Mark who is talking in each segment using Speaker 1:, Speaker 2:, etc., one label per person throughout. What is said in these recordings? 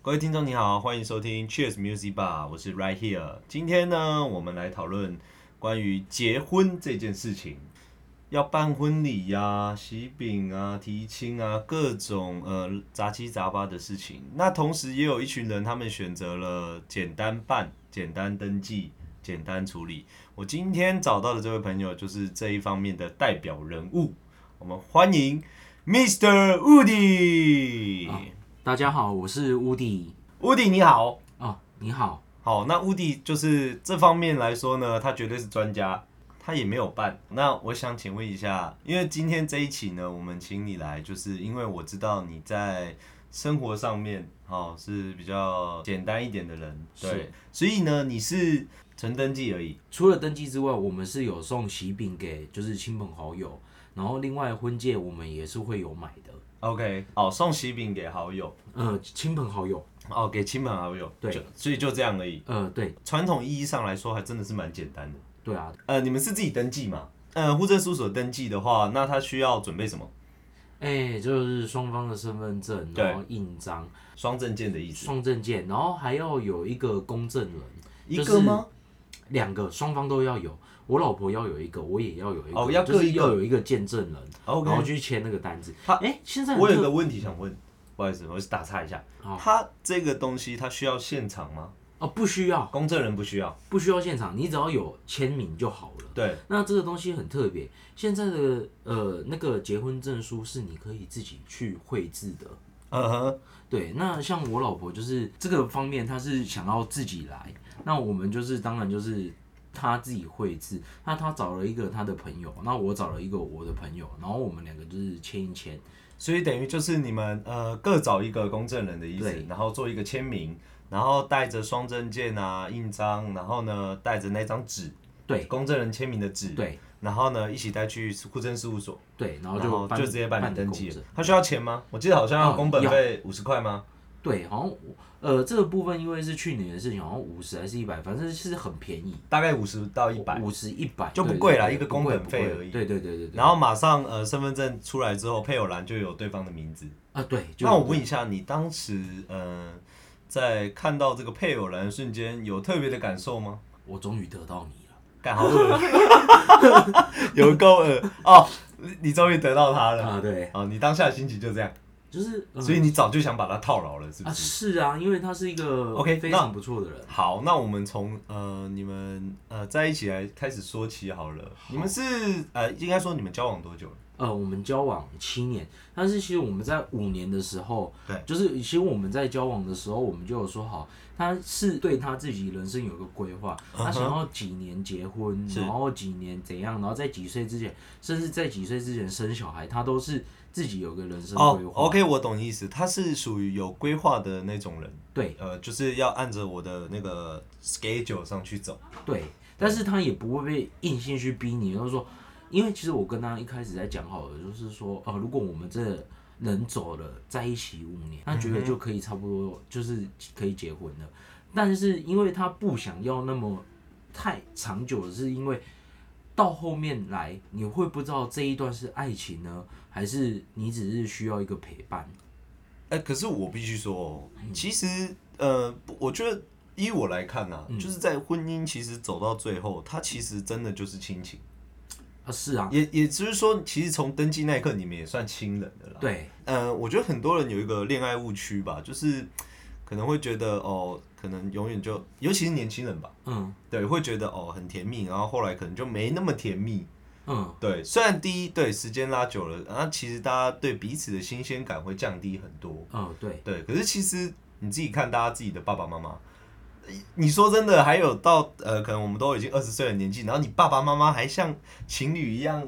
Speaker 1: 各位听众你好，欢迎收听 Cheers Music Bar，我是 Right Here。今天呢，我们来讨论关于结婚这件事情，要办婚礼呀、喜饼啊、提亲啊，各种呃杂七杂八的事情。那同时也有一群人，他们选择了简单办、简单登记、简单处理。我今天找到的这位朋友就是这一方面的代表人物，我们欢迎 Mr. Woody。
Speaker 2: 大家好，我是乌迪。
Speaker 1: Woody 你好。
Speaker 2: 哦，你好，
Speaker 1: 好，那乌迪就是这方面来说呢，他绝对是专家，他也没有办。那我想请问一下，因为今天这一期呢，我们请你来，就是因为我知道你在生活上面哦是比较简单一点的人，对
Speaker 2: 是，
Speaker 1: 所以呢你是纯登记而已，
Speaker 2: 除了登记之外，我们是有送喜饼给就是亲朋好友，然后另外婚戒我们也是会有买的。
Speaker 1: OK，哦送喜饼给好友，
Speaker 2: 呃，亲朋好友，
Speaker 1: 哦给亲朋好友，
Speaker 2: 对
Speaker 1: 就，所以就这样而已。
Speaker 2: 呃，对
Speaker 1: 传统意义上来说，还真的是蛮简单的。
Speaker 2: 对啊，
Speaker 1: 呃，你们是自己登记吗？呃，户政事务所登记的话，那他需要准备什么？
Speaker 2: 哎、就是双方的身份证，
Speaker 1: 对
Speaker 2: 然后印章、
Speaker 1: 双证件的意思。
Speaker 2: 双证件，然后还要有一个公证人，
Speaker 1: 一个吗？
Speaker 2: 两个双方都要有。我老婆要有一个，我也要有一个，
Speaker 1: 哦要
Speaker 2: 就
Speaker 1: 各
Speaker 2: 是
Speaker 1: 一个
Speaker 2: 要有一个见证人
Speaker 1: OK
Speaker 2: 然后去签那个单子。
Speaker 1: 他
Speaker 2: 哎、现在很
Speaker 1: 哦我有
Speaker 2: 特
Speaker 1: 个问题想问，不好意思，我打岔一下。
Speaker 2: 好
Speaker 1: 他这个东西，他需要现场吗？
Speaker 2: 哦，不需要，
Speaker 1: 公证人不需要。
Speaker 2: 不需要现场，你只要有签名就好了。
Speaker 1: 对，
Speaker 2: 那这个东西很特别，现在的呃那个结婚证书是你可以自己去绘制的。
Speaker 1: 嗯哼，
Speaker 2: 对，那像我老婆就是这个方面，她是想要自己来，那我们就是当然就是她自己绘制，那她找了一个她的朋友，那我找了一个我的朋友，然后我们两个就是签一签，
Speaker 1: 所以等于就是你们呃各找一个公证人的意思
Speaker 2: 对，
Speaker 1: 然后做一个签名，然后带着双证件啊、印章，然后呢带着那张纸，
Speaker 2: 对
Speaker 1: 公证人签名的纸，
Speaker 2: 对
Speaker 1: 然后呢一起带去户政事务所，
Speaker 2: 对，然后
Speaker 1: 然后
Speaker 2: 就办
Speaker 1: 就直接办理登记
Speaker 2: 公证
Speaker 1: 了。他需要钱吗？我记得好像要
Speaker 2: 哦
Speaker 1: 工本
Speaker 2: 要
Speaker 1: 费五十块吗？
Speaker 2: 对，好像我呃这个部分因为是去年的事情，好像五十还是一百，反正是很便宜。
Speaker 1: 大概五十到一百。
Speaker 2: 五十一百
Speaker 1: 就不贵啦
Speaker 2: 对
Speaker 1: 一个
Speaker 2: 不贵
Speaker 1: 工本
Speaker 2: 不贵
Speaker 1: 费而已
Speaker 2: 对对对对对。
Speaker 1: 然后马上呃，身份证出来之后，配偶栏就有对方的名字。
Speaker 2: 啊，对，就
Speaker 1: 那我问一下，你当时呃，在看到这个配偶栏的瞬间，有特别的感受吗？
Speaker 2: 我终于得到你了。
Speaker 1: 感好恶， 有够恶哦！你你终于得到他了
Speaker 2: 啊对
Speaker 1: 哦，你当下的心情就这样，
Speaker 2: 就是，呃
Speaker 1: 所以你早就想把他套牢了，是不
Speaker 2: 啊
Speaker 1: 是？
Speaker 2: 是啊，因为他是一个
Speaker 1: OK，
Speaker 2: 非
Speaker 1: 那
Speaker 2: 常不错的人。
Speaker 1: 好，那我们从呃你们呃在一起来开始说起好了。你们是呃应该说你们交往多久了？
Speaker 2: 呃，我们交往七年，但是其实我们在五年的时候，
Speaker 1: 对
Speaker 2: 就是其实我们在交往的时候，我们就有说好，他是对他自己人生有个规划，他想要几年结婚，
Speaker 1: 嗯是
Speaker 2: 然后几年怎样，然后在几岁之前，甚至在几岁之前生小孩，他都是自己有个人生
Speaker 1: 哦
Speaker 2: 规划。
Speaker 1: ，OK，我懂你意思，他是属于有规划的那种人。
Speaker 2: 对，
Speaker 1: 呃，就是要按着我的那个 schedule 上去走。
Speaker 2: 对，但是他也不会被硬性去逼你，就是说，因为其实我跟他一开始在讲好的，就是说，呃，如果我们真的能走了在一起五年，他觉
Speaker 1: 嗯
Speaker 2: 得就可以差不多，就是可以结婚了。但是因为他不想要那么太长久的，是因为到后面来你会不知道这一段是爱情呢，还是你只是需要一个陪伴。
Speaker 1: 哎、可是我必须说哦，其实呃，不我觉得依我来看啊，就是在婚姻其实走到最后，它其实真的就是亲情，
Speaker 2: 啊，是啊，
Speaker 1: 也也就是说，其实从登记那一刻，你们也算亲人的啦。
Speaker 2: 对，
Speaker 1: 呃，我觉得很多人有一个恋爱误区吧，就是可能会觉得哦，可能永远就，尤其是年轻人吧，
Speaker 2: 嗯
Speaker 1: 对，会觉得哦很甜蜜，然后后来可能就没那么甜蜜。
Speaker 2: 嗯，
Speaker 1: 对，虽然第一对时间拉久了，然后其实大家对彼此的新鲜感会降低很多。
Speaker 2: 嗯，对，
Speaker 1: 对，可是其实你自己看大家自己的爸爸妈妈，你你说真的，还有到呃，可能我们都已经二十岁的年纪，然后你爸爸妈妈还像情侣一样，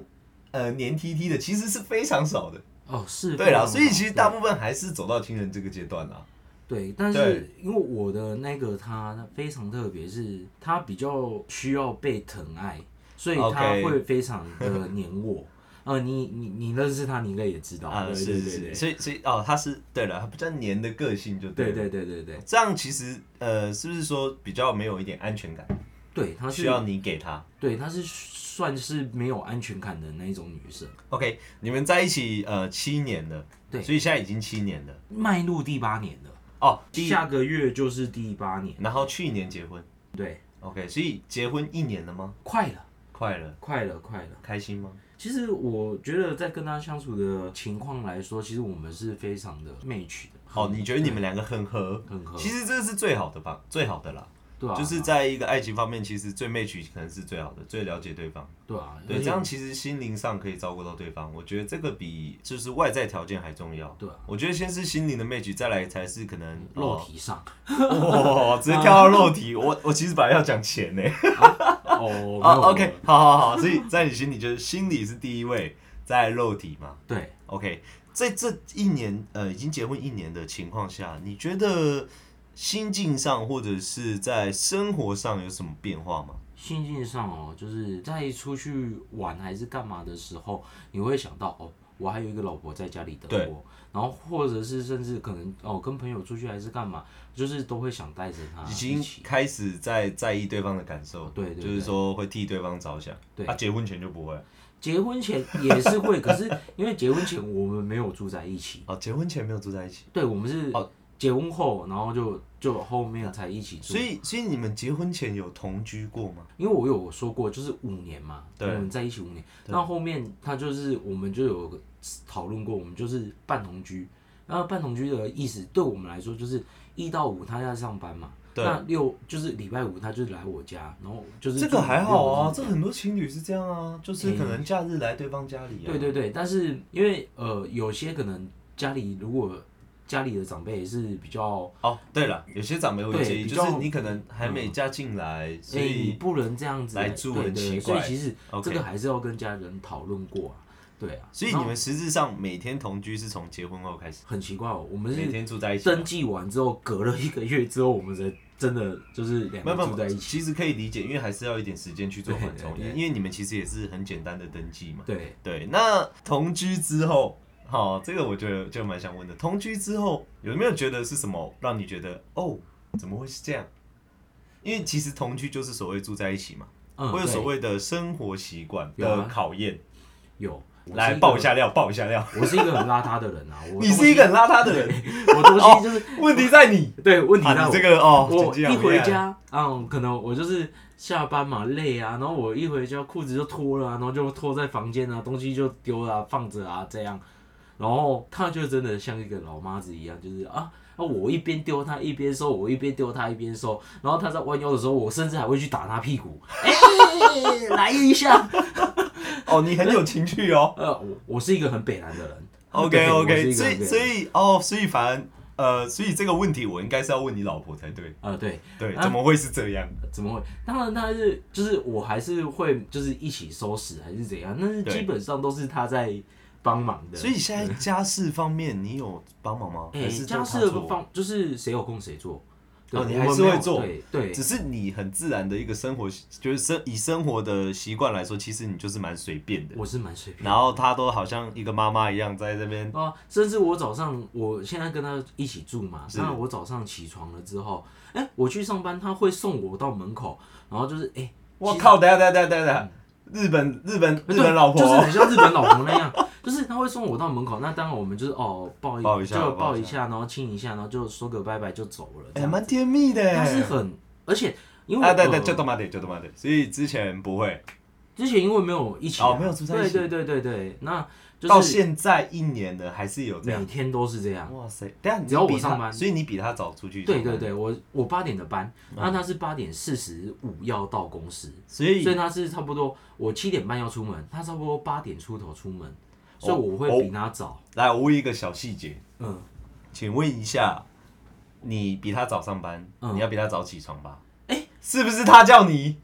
Speaker 1: 呃，黏 T T 的，其实是非常少的。
Speaker 2: 哦，是，
Speaker 1: 对啦，
Speaker 2: 非常
Speaker 1: 所以
Speaker 2: 好
Speaker 1: 其实
Speaker 2: 对
Speaker 1: 大部分还是走到情人这个阶段啦。
Speaker 2: 对，但是
Speaker 1: 对
Speaker 2: 因为我的那个他非常特别，是他比较需要被疼爱，所以他
Speaker 1: OK
Speaker 2: 会非常的黏 我。呃，你你你认识他，你应该也知道，
Speaker 1: 啊，
Speaker 2: 对
Speaker 1: 是
Speaker 2: 对
Speaker 1: 是
Speaker 2: 对
Speaker 1: 是，所以所以哦，他是对了，他比较黏的个性就
Speaker 2: 对
Speaker 1: 了。
Speaker 2: 对对对对对，
Speaker 1: 这样其实呃，是不是说比较没有一点安全感，
Speaker 2: 对他
Speaker 1: 需
Speaker 2: 是
Speaker 1: 要你给他？
Speaker 2: 对他是算是没有安全感的那一种女生，
Speaker 1: OK，你们在一起呃七年了，
Speaker 2: 对
Speaker 1: 所以现在已经七年了。
Speaker 2: 迈入第八年了。
Speaker 1: 哦，第一，
Speaker 2: 下个月就是第八年，
Speaker 1: 然后去年结婚
Speaker 2: 对，
Speaker 1: ，OK，所以结婚一年了吗？
Speaker 2: 快了，
Speaker 1: 快了，
Speaker 2: 快了，快了。
Speaker 1: 开心吗？
Speaker 2: 其实我觉得在跟他相处的情况来说，其实我们是非常的 match 的，
Speaker 1: 哦，你觉得你们两个很合？
Speaker 2: 很合，
Speaker 1: 其实这是最好的吧，最好的啦，
Speaker 2: 对啊，
Speaker 1: 就是在一个爱情方面，其实最 match 可能是最好的，最了解对方。
Speaker 2: 对啊，
Speaker 1: 对，
Speaker 2: 而且
Speaker 1: 这样其实心灵上可以照顾到对方，我觉得这个比就是外在条件还重要。
Speaker 2: 对，
Speaker 1: 我觉得先是心灵的 match，再来才是可能
Speaker 2: 肉。体上
Speaker 1: 哦哇，直接跳到肉体，我我其实本来要讲钱呢。
Speaker 2: 哦
Speaker 1: 哦
Speaker 2: 没有
Speaker 1: ，OK，好好好，所以在你心里就是心理是第一位，在肉体嘛。
Speaker 2: 对，
Speaker 1: OK，在这一年呃已经结婚一年的情况下，你觉得心境上或者是在生活上有什么变化吗？
Speaker 2: 心境上哦，就是在出去玩还是干嘛的时候，你会想到哦，我还有一个老婆在家里等
Speaker 1: 对
Speaker 2: 我，然后或者是甚至可能哦跟朋友出去还是干嘛，就是都会想带着他
Speaker 1: 已经
Speaker 2: 一起，
Speaker 1: 开始在在意对方的感受，
Speaker 2: 啊对对对
Speaker 1: 就是说会替对方着想。
Speaker 2: 对
Speaker 1: 啊，结婚前就不会。
Speaker 2: 结婚前也是会，可是因为结婚前我们没有住在一起。
Speaker 1: 哦，结婚前没有住在一起，
Speaker 2: 对，我们是
Speaker 1: 哦
Speaker 2: 结婚后，然后就就后面才一起住
Speaker 1: 所。以所以你们结婚前有同居过吗？
Speaker 2: 因为我有说过，就是五年嘛，我
Speaker 1: 对
Speaker 2: 们在一起五年。那后面他就是我们就有讨论过，我们就是半同居。那半同居的意思对我们来说，就是一到五他在上班嘛，
Speaker 1: 对
Speaker 2: 那六就是礼拜五他就是来我家，然后就是
Speaker 1: 这个
Speaker 2: 住
Speaker 1: 还好
Speaker 2: 六
Speaker 1: 啊，
Speaker 2: 日
Speaker 1: 这很多情侣是这样啊，就是可能假日来对方家里啊。
Speaker 2: 对对对，但是因为呃，有些可能家里如果家里的长辈是比较，
Speaker 1: 哦，对了，有些长辈会
Speaker 2: 对
Speaker 1: 介意，
Speaker 2: 比
Speaker 1: 就
Speaker 2: 较
Speaker 1: 是你可能还没嫁进来，所
Speaker 2: 哎、你
Speaker 1: 以
Speaker 2: 不能这样子
Speaker 1: 来住
Speaker 2: 对
Speaker 1: 很
Speaker 2: 对
Speaker 1: 奇
Speaker 2: 所以
Speaker 1: 怪
Speaker 2: 其实
Speaker 1: OK
Speaker 2: 这个还是要跟家人讨论过啊，对啊。
Speaker 1: 所以
Speaker 2: 然
Speaker 1: 你
Speaker 2: 后
Speaker 1: 们实质上每天同居是从结婚后开始，
Speaker 2: 很奇怪哦，我们
Speaker 1: 每
Speaker 2: 是
Speaker 1: 天住在一起吗。
Speaker 2: 登记完之后，隔了一个月之后，我们才真的就是两
Speaker 1: 没有
Speaker 2: 个
Speaker 1: 没
Speaker 2: 住在
Speaker 1: 有，
Speaker 2: 一起。
Speaker 1: 其实可以理解，因为还是要一点时间去做缓冲，
Speaker 2: 对对
Speaker 1: 因因为你们其实也是很简单的登记嘛。
Speaker 2: 对，
Speaker 1: 对，那同居之后，好、这个我觉得就蛮想问的。同居之后有没有觉得是什么让你觉得哦，怎么会是这样？因为其实同居就是所谓住在一起嘛，
Speaker 2: 嗯，
Speaker 1: 会有
Speaker 2: 对
Speaker 1: 所谓的生活习惯
Speaker 2: 有
Speaker 1: 的
Speaker 2: 啊
Speaker 1: 考验。
Speaker 2: 有。我是
Speaker 1: 来
Speaker 2: 个
Speaker 1: 爆一，下料，爆一下料。
Speaker 2: 我是一个很邋遢的人啊。我
Speaker 1: 你是一个很邋遢的人，
Speaker 2: 东西，我东西就是
Speaker 1: 问题在你。
Speaker 2: 对问题
Speaker 1: 啊，
Speaker 2: 在
Speaker 1: 你这
Speaker 2: 我。
Speaker 1: 个哦，
Speaker 2: 我
Speaker 1: 经纪
Speaker 2: 一
Speaker 1: 人
Speaker 2: 回
Speaker 1: 厉害，
Speaker 2: 家，嗯，可能我就是下班嘛累啊，然后我一回家裤子就脱了啊、然后就脱在房间啊，东西就丢了啊、放着啊这样，然后他就真的像一个老妈子一样，就是啊。啊！我一边丢他一边收，我一边丢他一边收，然后他在弯腰的时候，我甚至还会去打他屁 股， 哎、来一下。
Speaker 1: 哦，你很有情趣哦。
Speaker 2: 呃，我我是一个很北南的人。
Speaker 1: OK
Speaker 2: 对 我是
Speaker 1: OK，
Speaker 2: 一个
Speaker 1: 所
Speaker 2: 很
Speaker 1: 以
Speaker 2: 北
Speaker 1: 所
Speaker 2: 南
Speaker 1: 以哦，所以反而呃，所以这个问题我应该是要问你老婆才对。
Speaker 2: 呃对，
Speaker 1: 对，
Speaker 2: 啊
Speaker 1: 怎么会是这样？
Speaker 2: 怎么会？当然他是就是我还是会就是一起收拾还是怎样，但是
Speaker 1: 对
Speaker 2: 基本上都是他在帮忙的。
Speaker 1: 所以现在家事方面你有帮忙吗？
Speaker 2: 哎、
Speaker 1: 还是都
Speaker 2: 家
Speaker 1: 他
Speaker 2: 事的
Speaker 1: 做？
Speaker 2: 方就是谁有空谁做，对，
Speaker 1: 哦你
Speaker 2: 我
Speaker 1: 还
Speaker 2: 们
Speaker 1: 是
Speaker 2: 没有
Speaker 1: 会做
Speaker 2: 对对
Speaker 1: 只是你很自然的一个生活，就是生以生活的习惯来说，其实你就是蛮随便的。
Speaker 2: 我是蛮随便的。
Speaker 1: 然后她都好像一个妈妈一样在这边，
Speaker 2: 啊，甚至我早上，我现在跟他一起住嘛，
Speaker 1: 是
Speaker 2: 那我早上起床了之后，哎、我去上班，他会送我到门口，然后就是哎。
Speaker 1: 我
Speaker 2: 其实嗯
Speaker 1: 靠！等一下等一下等一下等一下，日本日本日本老婆
Speaker 2: 就是很像日本老婆那样，就是他会送我到门口，那当然我们就是哦抱一
Speaker 1: 抱一下
Speaker 2: 就
Speaker 1: 抱
Speaker 2: 抱
Speaker 1: 一
Speaker 2: 一下，然后亲一下，然后就说个拜拜就走了。这
Speaker 1: 哎，
Speaker 2: 样
Speaker 1: 蛮甜蜜的耶。
Speaker 2: 他是很，而且因为
Speaker 1: 啊，对对，
Speaker 2: 呃
Speaker 1: 就他妈的，就他妈的。所以之前不会，
Speaker 2: 之前因为没有一起啊
Speaker 1: 哦没有住在一起
Speaker 2: 对对对对对，那就
Speaker 1: 到
Speaker 2: 是
Speaker 1: 现在一年了还是有这样
Speaker 2: 每。天都是这样。
Speaker 1: 哇塞！等一下你
Speaker 2: 只要我
Speaker 1: 比他
Speaker 2: 上班
Speaker 1: 所以你比他早出去。
Speaker 2: 对对，对，我我八点的班，那他是八点四十五要到公司，
Speaker 1: 所以
Speaker 2: 所以他是差不多我七点半要出门，他差不多八点出头出门，所以我
Speaker 1: 哦
Speaker 2: 会比他早。
Speaker 1: 来，我问一个小细节，
Speaker 2: 嗯，
Speaker 1: 请问一下，你比他早上班，
Speaker 2: 嗯
Speaker 1: 你要比他早起床吧？
Speaker 2: 哎
Speaker 1: 是不是他叫你？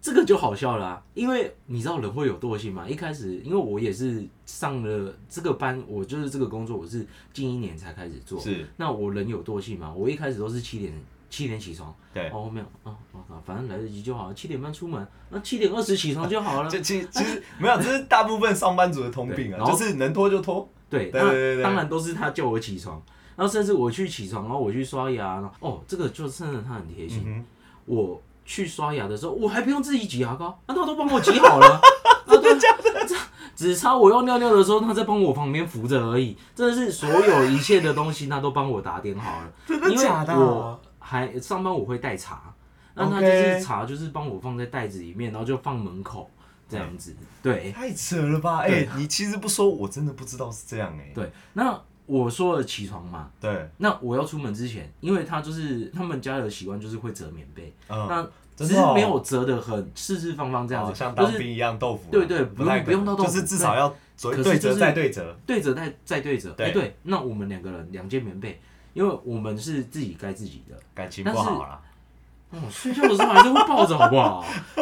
Speaker 2: 这个就好笑啦、因为你知道人会有惰性嘛。一开始，因为我也是上了这个班，我就是这个工作，我是近一年才开始做。
Speaker 1: 是，
Speaker 2: 那我人有惰性嘛，我一开始都是七点七点起床，
Speaker 1: 对
Speaker 2: 然。后后面啊，我、靠，反正来得及就好了，七点半出门，那七点二十起床就好了。
Speaker 1: 就其其实没有，这是大部分上班族的通病
Speaker 2: 对
Speaker 1: 啊，
Speaker 2: 然后
Speaker 1: 就是能拖就拖。
Speaker 2: 对，
Speaker 1: 对
Speaker 2: 那
Speaker 1: 对对对
Speaker 2: 当然都是他叫我起床，然后甚至我去起床，然后我去刷牙，然后哦，这个就真的他很贴心。
Speaker 1: 嗯
Speaker 2: 我啊 去刷牙的时候，我还不用自己挤牙膏，那、他都帮我挤好了。真的假的？ 只差我要尿尿的时候，他在帮我旁边扶着而已。真的是所有一切的东西，他都帮我打点好了。
Speaker 1: 真
Speaker 2: 因为我还上班我会带茶，那他就
Speaker 1: OK
Speaker 2: 是茶就是帮我放在袋子里面，然后就放门口这样子。对
Speaker 1: 太扯了吧？哎、你其实不说，我真的不知道是这样哎、
Speaker 2: 对，那我说了起床嘛，
Speaker 1: 对，
Speaker 2: 那我要出门之前，因为他就是他们家有习惯就是会折棉被，
Speaker 1: 嗯，
Speaker 2: 那只
Speaker 1: 真
Speaker 2: 是
Speaker 1: 的哦
Speaker 2: 没有折的很四四方方这样
Speaker 1: 好
Speaker 2: 子，
Speaker 1: 像
Speaker 2: 就
Speaker 1: 当
Speaker 2: 是
Speaker 1: 兵一样豆腐啊，
Speaker 2: 对对
Speaker 1: 不太
Speaker 2: 不用
Speaker 1: 可能
Speaker 2: 不用到豆腐
Speaker 1: 就是至少要
Speaker 2: 可
Speaker 1: 对
Speaker 2: 是
Speaker 1: 对
Speaker 2: 就
Speaker 1: 折
Speaker 2: 是
Speaker 1: 再对折，
Speaker 2: 对折再再对折，
Speaker 1: 对
Speaker 2: 哎、对，那我们两个人两件棉被，因为我们是自己盖自己的，
Speaker 1: 感情
Speaker 2: 但
Speaker 1: 不
Speaker 2: 是
Speaker 1: 好啦。嗯
Speaker 2: 哦，睡觉的时候还是会抱着，好不好？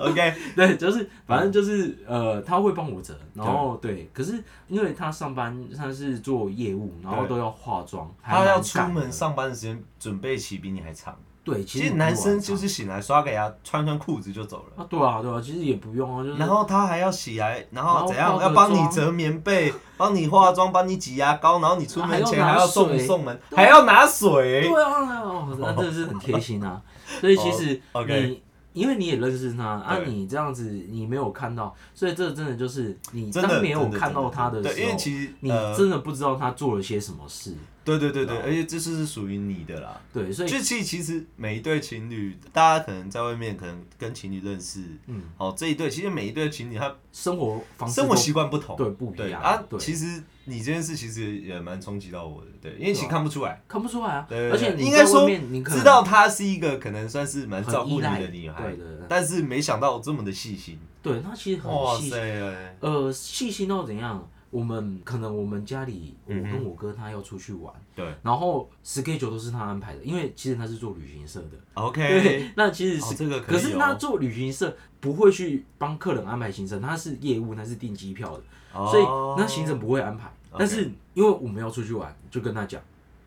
Speaker 1: OK，
Speaker 2: 对，就是反正就是呃，他会帮我折，然后对，可是因为他上班他是做业务，然后
Speaker 1: 对
Speaker 2: 都要化妆，还
Speaker 1: 他要
Speaker 2: 蛮
Speaker 1: 出
Speaker 2: 赶
Speaker 1: 门
Speaker 2: 的，
Speaker 1: 上班的时间准备期比你还 长。
Speaker 2: 对，
Speaker 1: 其
Speaker 2: 实
Speaker 1: 实
Speaker 2: 比
Speaker 1: 男
Speaker 2: 我
Speaker 1: 生
Speaker 2: 还
Speaker 1: 就
Speaker 2: 长
Speaker 1: 是醒来刷个牙，穿穿裤子就走了。
Speaker 2: 啊，对啊，对啊，其实也不用啊，就是
Speaker 1: 然后他还要起来，然
Speaker 2: 然
Speaker 1: 后
Speaker 2: 后
Speaker 1: 怎样？
Speaker 2: 化
Speaker 1: 要
Speaker 2: 个
Speaker 1: 帮你
Speaker 2: 妆
Speaker 1: 折棉被， 帮你化妆，帮你挤牙膏，然后你出
Speaker 2: 还
Speaker 1: 门
Speaker 2: 要
Speaker 1: 前
Speaker 2: 拿
Speaker 1: 还要送
Speaker 2: 水
Speaker 1: 送门，
Speaker 2: 对
Speaker 1: 还要拿水。
Speaker 2: 对啊，哦，那真的是很贴心啊。所以其实你、
Speaker 1: 哦，OK
Speaker 2: 因为你也认识他啊，
Speaker 1: 对
Speaker 2: 你这样子你没有看到，所以这真的就是你
Speaker 1: 真的
Speaker 2: 当没有
Speaker 1: 真的
Speaker 2: 看
Speaker 1: 真的
Speaker 2: 到他的时候，
Speaker 1: 对，因为其实
Speaker 2: 你
Speaker 1: 呃，
Speaker 2: 真的不知道他做了些什么事。
Speaker 1: 对对对对，
Speaker 2: 哦
Speaker 1: 而且这是属于你的啦。
Speaker 2: 对，所以
Speaker 1: 就其实其实每一对情侣，大家可能在外面可能跟情侣认识，
Speaker 2: 嗯，
Speaker 1: 好这一对，其实每一对情侣他
Speaker 2: 生活方式
Speaker 1: 生活
Speaker 2: 都
Speaker 1: 习惯不同，
Speaker 2: 对不一
Speaker 1: 对
Speaker 2: 样
Speaker 1: 啊。
Speaker 2: 对
Speaker 1: 其实你这件事其实也蛮冲击到我的，对，因为其实
Speaker 2: 对啊
Speaker 1: 看不出来，
Speaker 2: 看不出来啊。
Speaker 1: 对对
Speaker 2: 而且
Speaker 1: 对
Speaker 2: 你
Speaker 1: 应该
Speaker 2: 在
Speaker 1: 说
Speaker 2: 外面，你可能
Speaker 1: 知道她是一个可能算是蛮
Speaker 2: 很
Speaker 1: 照顾
Speaker 2: 依
Speaker 1: 你
Speaker 2: 赖
Speaker 1: 的女孩
Speaker 2: 对，对对
Speaker 1: 但是没想到这么的细心，
Speaker 2: 对，他其实
Speaker 1: 哇
Speaker 2: 哦很细心，
Speaker 1: 塞！
Speaker 2: 呃，细心到怎样？我们可能我们家里，我
Speaker 1: 嗯哼
Speaker 2: 跟我哥他要出去玩，
Speaker 1: 对
Speaker 2: 然后 schedule 都是他安排的，因为其实他是做旅行社的。
Speaker 1: ，OK，
Speaker 2: 对，那其实
Speaker 1: 哦
Speaker 2: 是、
Speaker 1: 这个可
Speaker 2: 可
Speaker 1: 以
Speaker 2: 是
Speaker 1: 哦
Speaker 2: 那做旅行社不会去帮客人安排行程，他是业务，他是订机票的，
Speaker 1: 哦
Speaker 2: 所以那行程不会安排。
Speaker 1: OK
Speaker 2: 但是因为我们要出去玩，就跟他讲，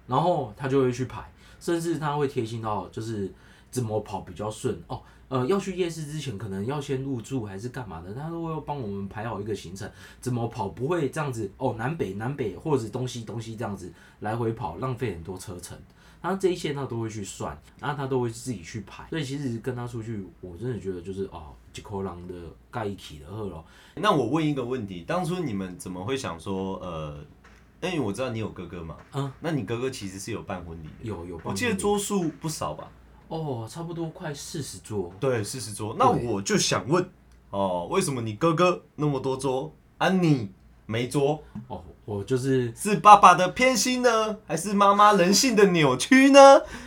Speaker 2: 然后他就会去排，甚至他会贴心到就是怎么跑比较顺哦。呃，要去夜市之前，可能要先入住还是干嘛的，他都会帮我们排好一个行程，怎么跑不会这样子哦，南北南北或者是东西东西这样子来回跑，浪费很多车程。然后这一些他都会去算，然后他都会自己去排，所以其实跟他出去，我真的觉得就是哦，一口狼的盖一起的喝咯，
Speaker 1: 那我问一个问题，当初你们怎么会想说，呃，因为我知道你有哥哥嘛，
Speaker 2: 嗯，
Speaker 1: 那你哥哥其实是有办婚礼的，
Speaker 2: 有有帮助。
Speaker 1: 我记得桌数不少吧？
Speaker 2: 哦，差不多快四十桌，
Speaker 1: 对，四十桌。那我就想问，哦，为什么你哥哥那么多桌，啊你没桌？
Speaker 2: 哦，我就是
Speaker 1: 是爸爸的偏心呢，还是妈妈人性的扭曲呢？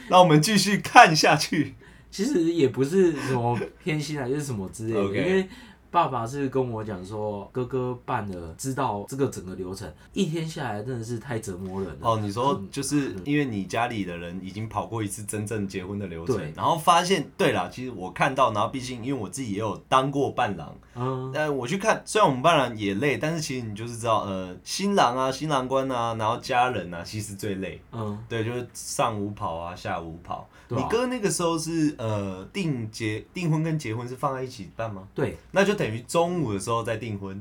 Speaker 1: 让我们继续看下去。
Speaker 2: 其实也不是什么偏心啊还是什么之类的
Speaker 1: OK
Speaker 2: 因为爸爸是跟我讲说，哥哥办了，知道这个整个流程，一天下来真的是太折磨人了。
Speaker 1: 哦，你说
Speaker 2: 嗯
Speaker 1: 就是因为你家里的人已经跑过一次真正结婚的流程
Speaker 2: 对，
Speaker 1: 然后发现，对啦，其实我看到，然后毕竟因为我自己也有当过伴郎，
Speaker 2: 嗯，
Speaker 1: 但我去看，虽然我们伴郎也累，但是其实你就是知道，呃，新郎啊、新郎官啊，然后家人啊，其实最累。
Speaker 2: 嗯，
Speaker 1: 对，就是上午跑啊，下午跑。
Speaker 2: 对啊
Speaker 1: 你哥那个时候是呃订结订婚跟结婚是放在一起办吗？
Speaker 2: 对，
Speaker 1: 那就等于中午的时候再订婚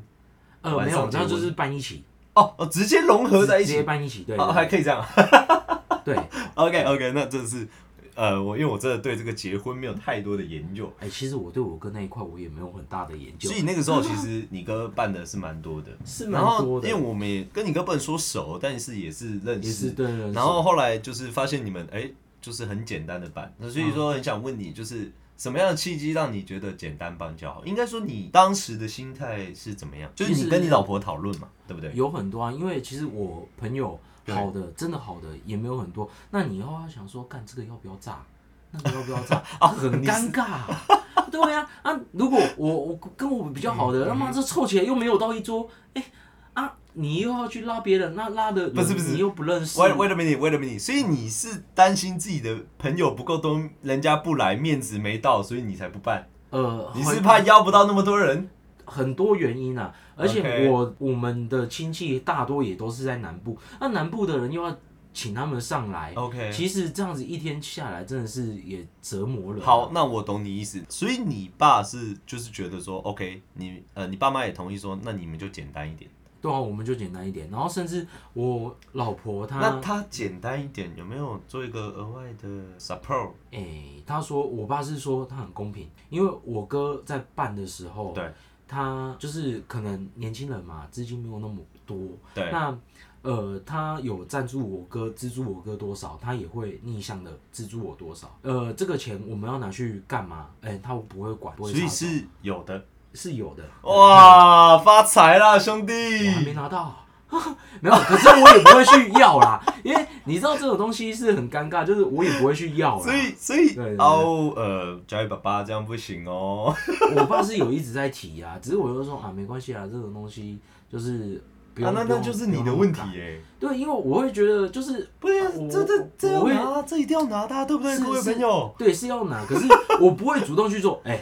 Speaker 2: 呃，
Speaker 1: 晚
Speaker 2: 没
Speaker 1: 上
Speaker 2: 有，
Speaker 1: 结
Speaker 2: 那
Speaker 1: 婚
Speaker 2: 就是搬一起，
Speaker 1: 哦哦，直接融合在一
Speaker 2: 直接
Speaker 1: 起，
Speaker 2: 搬一起，对，
Speaker 1: 哦，还
Speaker 2: 对
Speaker 1: 可以这样。
Speaker 2: 对，
Speaker 1: OK OK，那 这是呃，我因为我真的对这个结婚没有太多的研究，
Speaker 2: 哎、其实我对我哥那一块我也没有很大的研究
Speaker 1: 所，以那个时候其实你哥办的是蛮多的，
Speaker 2: 是
Speaker 1: 然
Speaker 2: 蛮
Speaker 1: 后
Speaker 2: 多
Speaker 1: 因
Speaker 2: 的，
Speaker 1: 为我们也跟你哥不能说熟，但是也是认
Speaker 2: 也是
Speaker 1: 识，
Speaker 2: 对人生，
Speaker 1: 然后后来就是发现你们哎、就是很简单的办，那所
Speaker 2: 啊
Speaker 1: 以说很想问你，就是什么样的契机让你觉得简单办就好？应该说你当时的心态是怎么样？就是
Speaker 2: 其
Speaker 1: 你
Speaker 2: 实
Speaker 1: 跟你老婆讨论嘛，对不对？
Speaker 2: 有很多啊，因为其实我朋友
Speaker 1: 对
Speaker 2: 好的，真的好的也没有很多。那你以后要想说，干这个要不要炸，那个要不要 炸，啊、很尴尬。对呀、啊， 如果我我跟我比较好
Speaker 1: 嗯
Speaker 2: 的，他妈这凑起来又没有到一桌，哎、啊，你又要去拉别人，那拉的人
Speaker 1: 不是不是
Speaker 2: 你又不认识，
Speaker 1: Wait wait a minute, wait a minute。所以你是担心自己的朋友不够多，人家不来，面子没到，所以你才不办。
Speaker 2: 呃，
Speaker 1: 你是怕邀不到那么多人？
Speaker 2: 很多原因啊，而
Speaker 1: OK
Speaker 2: 且我我们的亲戚大多也都是在南部，那南部的人又要请他们上来
Speaker 1: OK
Speaker 2: 哎其实这样子一天下来真的是也折磨人啊。
Speaker 1: 好，那我懂你意思。所以你爸是就是觉得说，OK，你呃，你爸妈也同意说，那你们就简单一点。
Speaker 2: 对啊，我们就简单一点。然后甚至我老婆
Speaker 1: 那
Speaker 2: 她，
Speaker 1: 他简单一点，有没有做一个额外的 support？
Speaker 2: 诶、她说我爸是说他很公平，因为我哥在办的时候，
Speaker 1: 对，
Speaker 2: 他就是可能年轻人嘛，资金没有那么多，
Speaker 1: 对，
Speaker 2: 那呃，他有赞助我哥，资助我哥多少，他也会逆向的资助我多少。呃，这个钱我们要拿去干嘛？哎、他不会管，不会
Speaker 1: 所
Speaker 2: 查
Speaker 1: 以
Speaker 2: 找
Speaker 1: 是有的。
Speaker 2: 是有的。
Speaker 1: 哇，发财啦，兄
Speaker 2: 我还没
Speaker 1: 弟！
Speaker 2: 拿到。啊 没有，可是我也不会去要啦， 因为你知道这种东西是很尴尬，就是我也不会去要啦。
Speaker 1: 所以，所以
Speaker 2: 对对对
Speaker 1: 哦，呃，教育爸爸这样不行哦。
Speaker 2: 我爸是有一直在提啊，只是我就说啊，没关系啊，这种东西就是不
Speaker 1: 啊
Speaker 2: 用。，
Speaker 1: 那
Speaker 2: 不
Speaker 1: 那
Speaker 2: 用
Speaker 1: 就是你的问题。
Speaker 2: 不用
Speaker 1: 哎。
Speaker 2: 那么赶对，因为我会觉得就是
Speaker 1: 不是
Speaker 2: 啊我，
Speaker 1: 这这这
Speaker 2: 我
Speaker 1: 要
Speaker 2: 会
Speaker 1: 拿，这一定要拿，大家对不对，
Speaker 2: 是
Speaker 1: 各位
Speaker 2: 是
Speaker 1: 朋友？
Speaker 2: 对，是要拿，可是我不会主动去做。哎、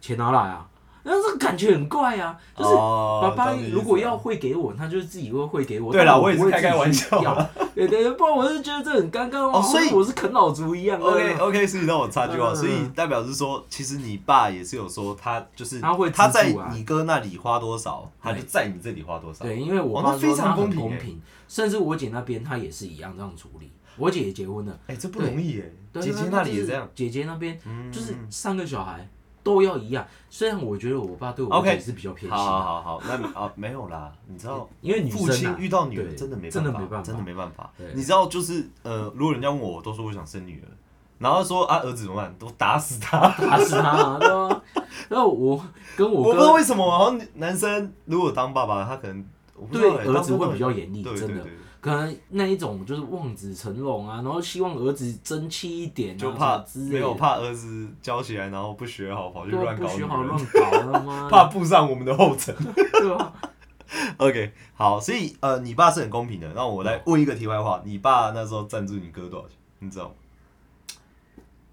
Speaker 2: 钱拿来啊！那这个感觉很怪啊，就是
Speaker 1: 哦
Speaker 2: 爸爸
Speaker 1: 懂你意思
Speaker 2: 如果
Speaker 1: 啊
Speaker 2: 要汇给我，他就是自己会汇给我。
Speaker 1: 对啦
Speaker 2: 但
Speaker 1: 我也是
Speaker 2: 不会
Speaker 1: 开开
Speaker 2: 自己
Speaker 1: 玩
Speaker 2: 去
Speaker 1: 笑啊
Speaker 2: 要。对对，对不然我就觉得这很尴尬
Speaker 1: 哦
Speaker 2: 哇，
Speaker 1: 所以
Speaker 2: 好像我是啃老族一样。
Speaker 1: OK
Speaker 2: 嗯
Speaker 1: OK，所以让我插句话，
Speaker 2: 嗯嗯嗯
Speaker 1: 所以代表是说，其实你爸也是有说，他就是
Speaker 2: 他会资助啊
Speaker 1: 他在你哥那里花多少，他就在你这里花多少。
Speaker 2: 对，因为我
Speaker 1: 哦
Speaker 2: 爸
Speaker 1: 那
Speaker 2: 说
Speaker 1: 非常
Speaker 2: 他很
Speaker 1: 公平
Speaker 2: 公
Speaker 1: 欸
Speaker 2: 平，甚至我姐那边她也是一样这样处理。我姐也结婚了，
Speaker 1: 哎，这不容易耶，
Speaker 2: 对
Speaker 1: 姐姐那里也这样。，
Speaker 2: 就是姐姐那边
Speaker 1: 嗯
Speaker 2: 就是三个小孩都要一样。虽然我觉得我爸对我
Speaker 1: OK
Speaker 2: 姐是比较偏
Speaker 1: 好
Speaker 2: 心，啊
Speaker 1: 好好好，那你啊没有啦，你知道。
Speaker 2: 因为女
Speaker 1: 父
Speaker 2: 生
Speaker 1: 亲
Speaker 2: 啊
Speaker 1: 遇到女人
Speaker 2: 对
Speaker 1: 真的没
Speaker 2: 真
Speaker 1: 办法，
Speaker 2: 的没办法，
Speaker 1: 真的没办法
Speaker 2: 对。
Speaker 1: 你知道，就是呃，如果人家问我，我都说我想生女儿，然后说啊儿子怎么办，都打死他。
Speaker 2: 打死他、啊，对吧？然后我跟
Speaker 1: 我
Speaker 2: 我
Speaker 1: 不知道
Speaker 2: 哥
Speaker 1: 为什么，好像男生如果当爸爸，他可能我不知
Speaker 2: 对
Speaker 1: 道欸
Speaker 2: 儿子
Speaker 1: 当爸爸
Speaker 2: 会比较严厉，
Speaker 1: 对对
Speaker 2: 真的
Speaker 1: 对，
Speaker 2: 可能那一种就是望子成龙啊，然后希望儿子争气一点啊，
Speaker 1: 就怕
Speaker 2: 什么之
Speaker 1: 没
Speaker 2: 类
Speaker 1: 有
Speaker 2: 的，
Speaker 1: 怕儿子教起来，然后不学好跑去
Speaker 2: 对啊，
Speaker 1: 乱
Speaker 2: 不
Speaker 1: 搞女
Speaker 2: 学好
Speaker 1: 人，
Speaker 2: 乱搞了吗？
Speaker 1: 怕步上我们的后尘。
Speaker 2: 对啊吧？
Speaker 1: OK，好，所以呃，你爸是很公平的。那我来问一个题外话，你爸那时候赞助你哥多少钱？你知道吗？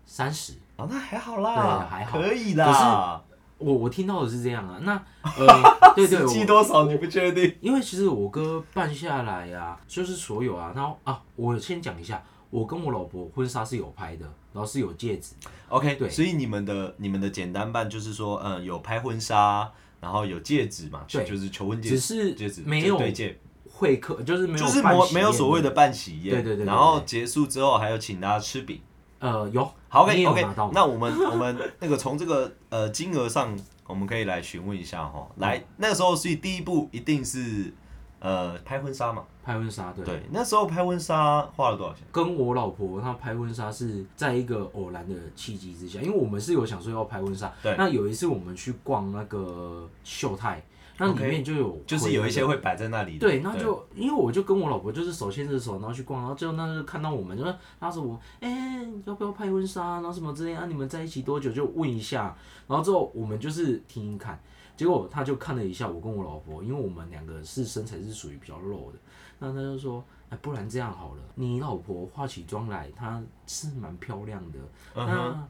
Speaker 2: 三十，
Speaker 1: 啊，那还好啦，
Speaker 2: 对还好
Speaker 1: 可以啦。
Speaker 2: 我我听到的是这样啊，那 呃，对对，
Speaker 1: 实际
Speaker 2: 我
Speaker 1: 多少你不确 定？
Speaker 2: 因为其实我哥办下来啊，就是所有啊，然后啊，我先讲一下，我跟我老婆婚纱是有拍的，然后是有戒指，
Speaker 1: OK，
Speaker 2: 对
Speaker 1: 所以你们的你们的简单办就是说，嗯，有拍婚纱，然后有戒指嘛，
Speaker 2: 对
Speaker 1: 就是求婚戒
Speaker 2: 只
Speaker 1: 指，
Speaker 2: 是
Speaker 1: 戒指
Speaker 2: 没
Speaker 1: 就
Speaker 2: 有
Speaker 1: 对戒，
Speaker 2: 会客，就是没有
Speaker 1: 就是
Speaker 2: 办
Speaker 1: 没
Speaker 2: 喜
Speaker 1: 没有
Speaker 2: 宴
Speaker 1: 所谓的办喜宴，
Speaker 2: 对对对对
Speaker 1: 然后结束之后还有请大家吃饼。
Speaker 2: 呃有，
Speaker 1: 好
Speaker 2: 你也
Speaker 1: ，OK
Speaker 2: 有
Speaker 1: OK，
Speaker 2: 拿到吗
Speaker 1: 那我们 我们那个从这个呃金额上，我们可以来询问一下哈。来，那时候是第一步一定是呃拍婚纱嘛，
Speaker 2: 拍婚纱对。
Speaker 1: 对，那时候拍婚纱花了多少钱？
Speaker 2: 跟我老婆她拍婚纱是在一个偶然的契机之下，因为我们是有想说要拍婚纱
Speaker 1: 对。
Speaker 2: 那有一次我们去逛那个秀泰，那里
Speaker 1: OK
Speaker 2: 面就有
Speaker 1: 就是
Speaker 2: 回
Speaker 1: 有
Speaker 2: 那
Speaker 1: 一些
Speaker 2: 个
Speaker 1: 会摆在那里的，
Speaker 2: 对，那就因为我就跟我老婆就是手牵着手，然后去逛，然后最后那就看到我们，就是拉着我，哎、要不要拍婚纱，然后什么之类啊，你们在一起多久就问一下，然后之后我们就是听听看，结果他就看了一下我跟我老婆，因为我们两个是身材是属于比较肉的，那他就说，哎、不然这样好了，你老婆化起妆来，她是蛮漂亮的，
Speaker 1: 嗯哼，
Speaker 2: 那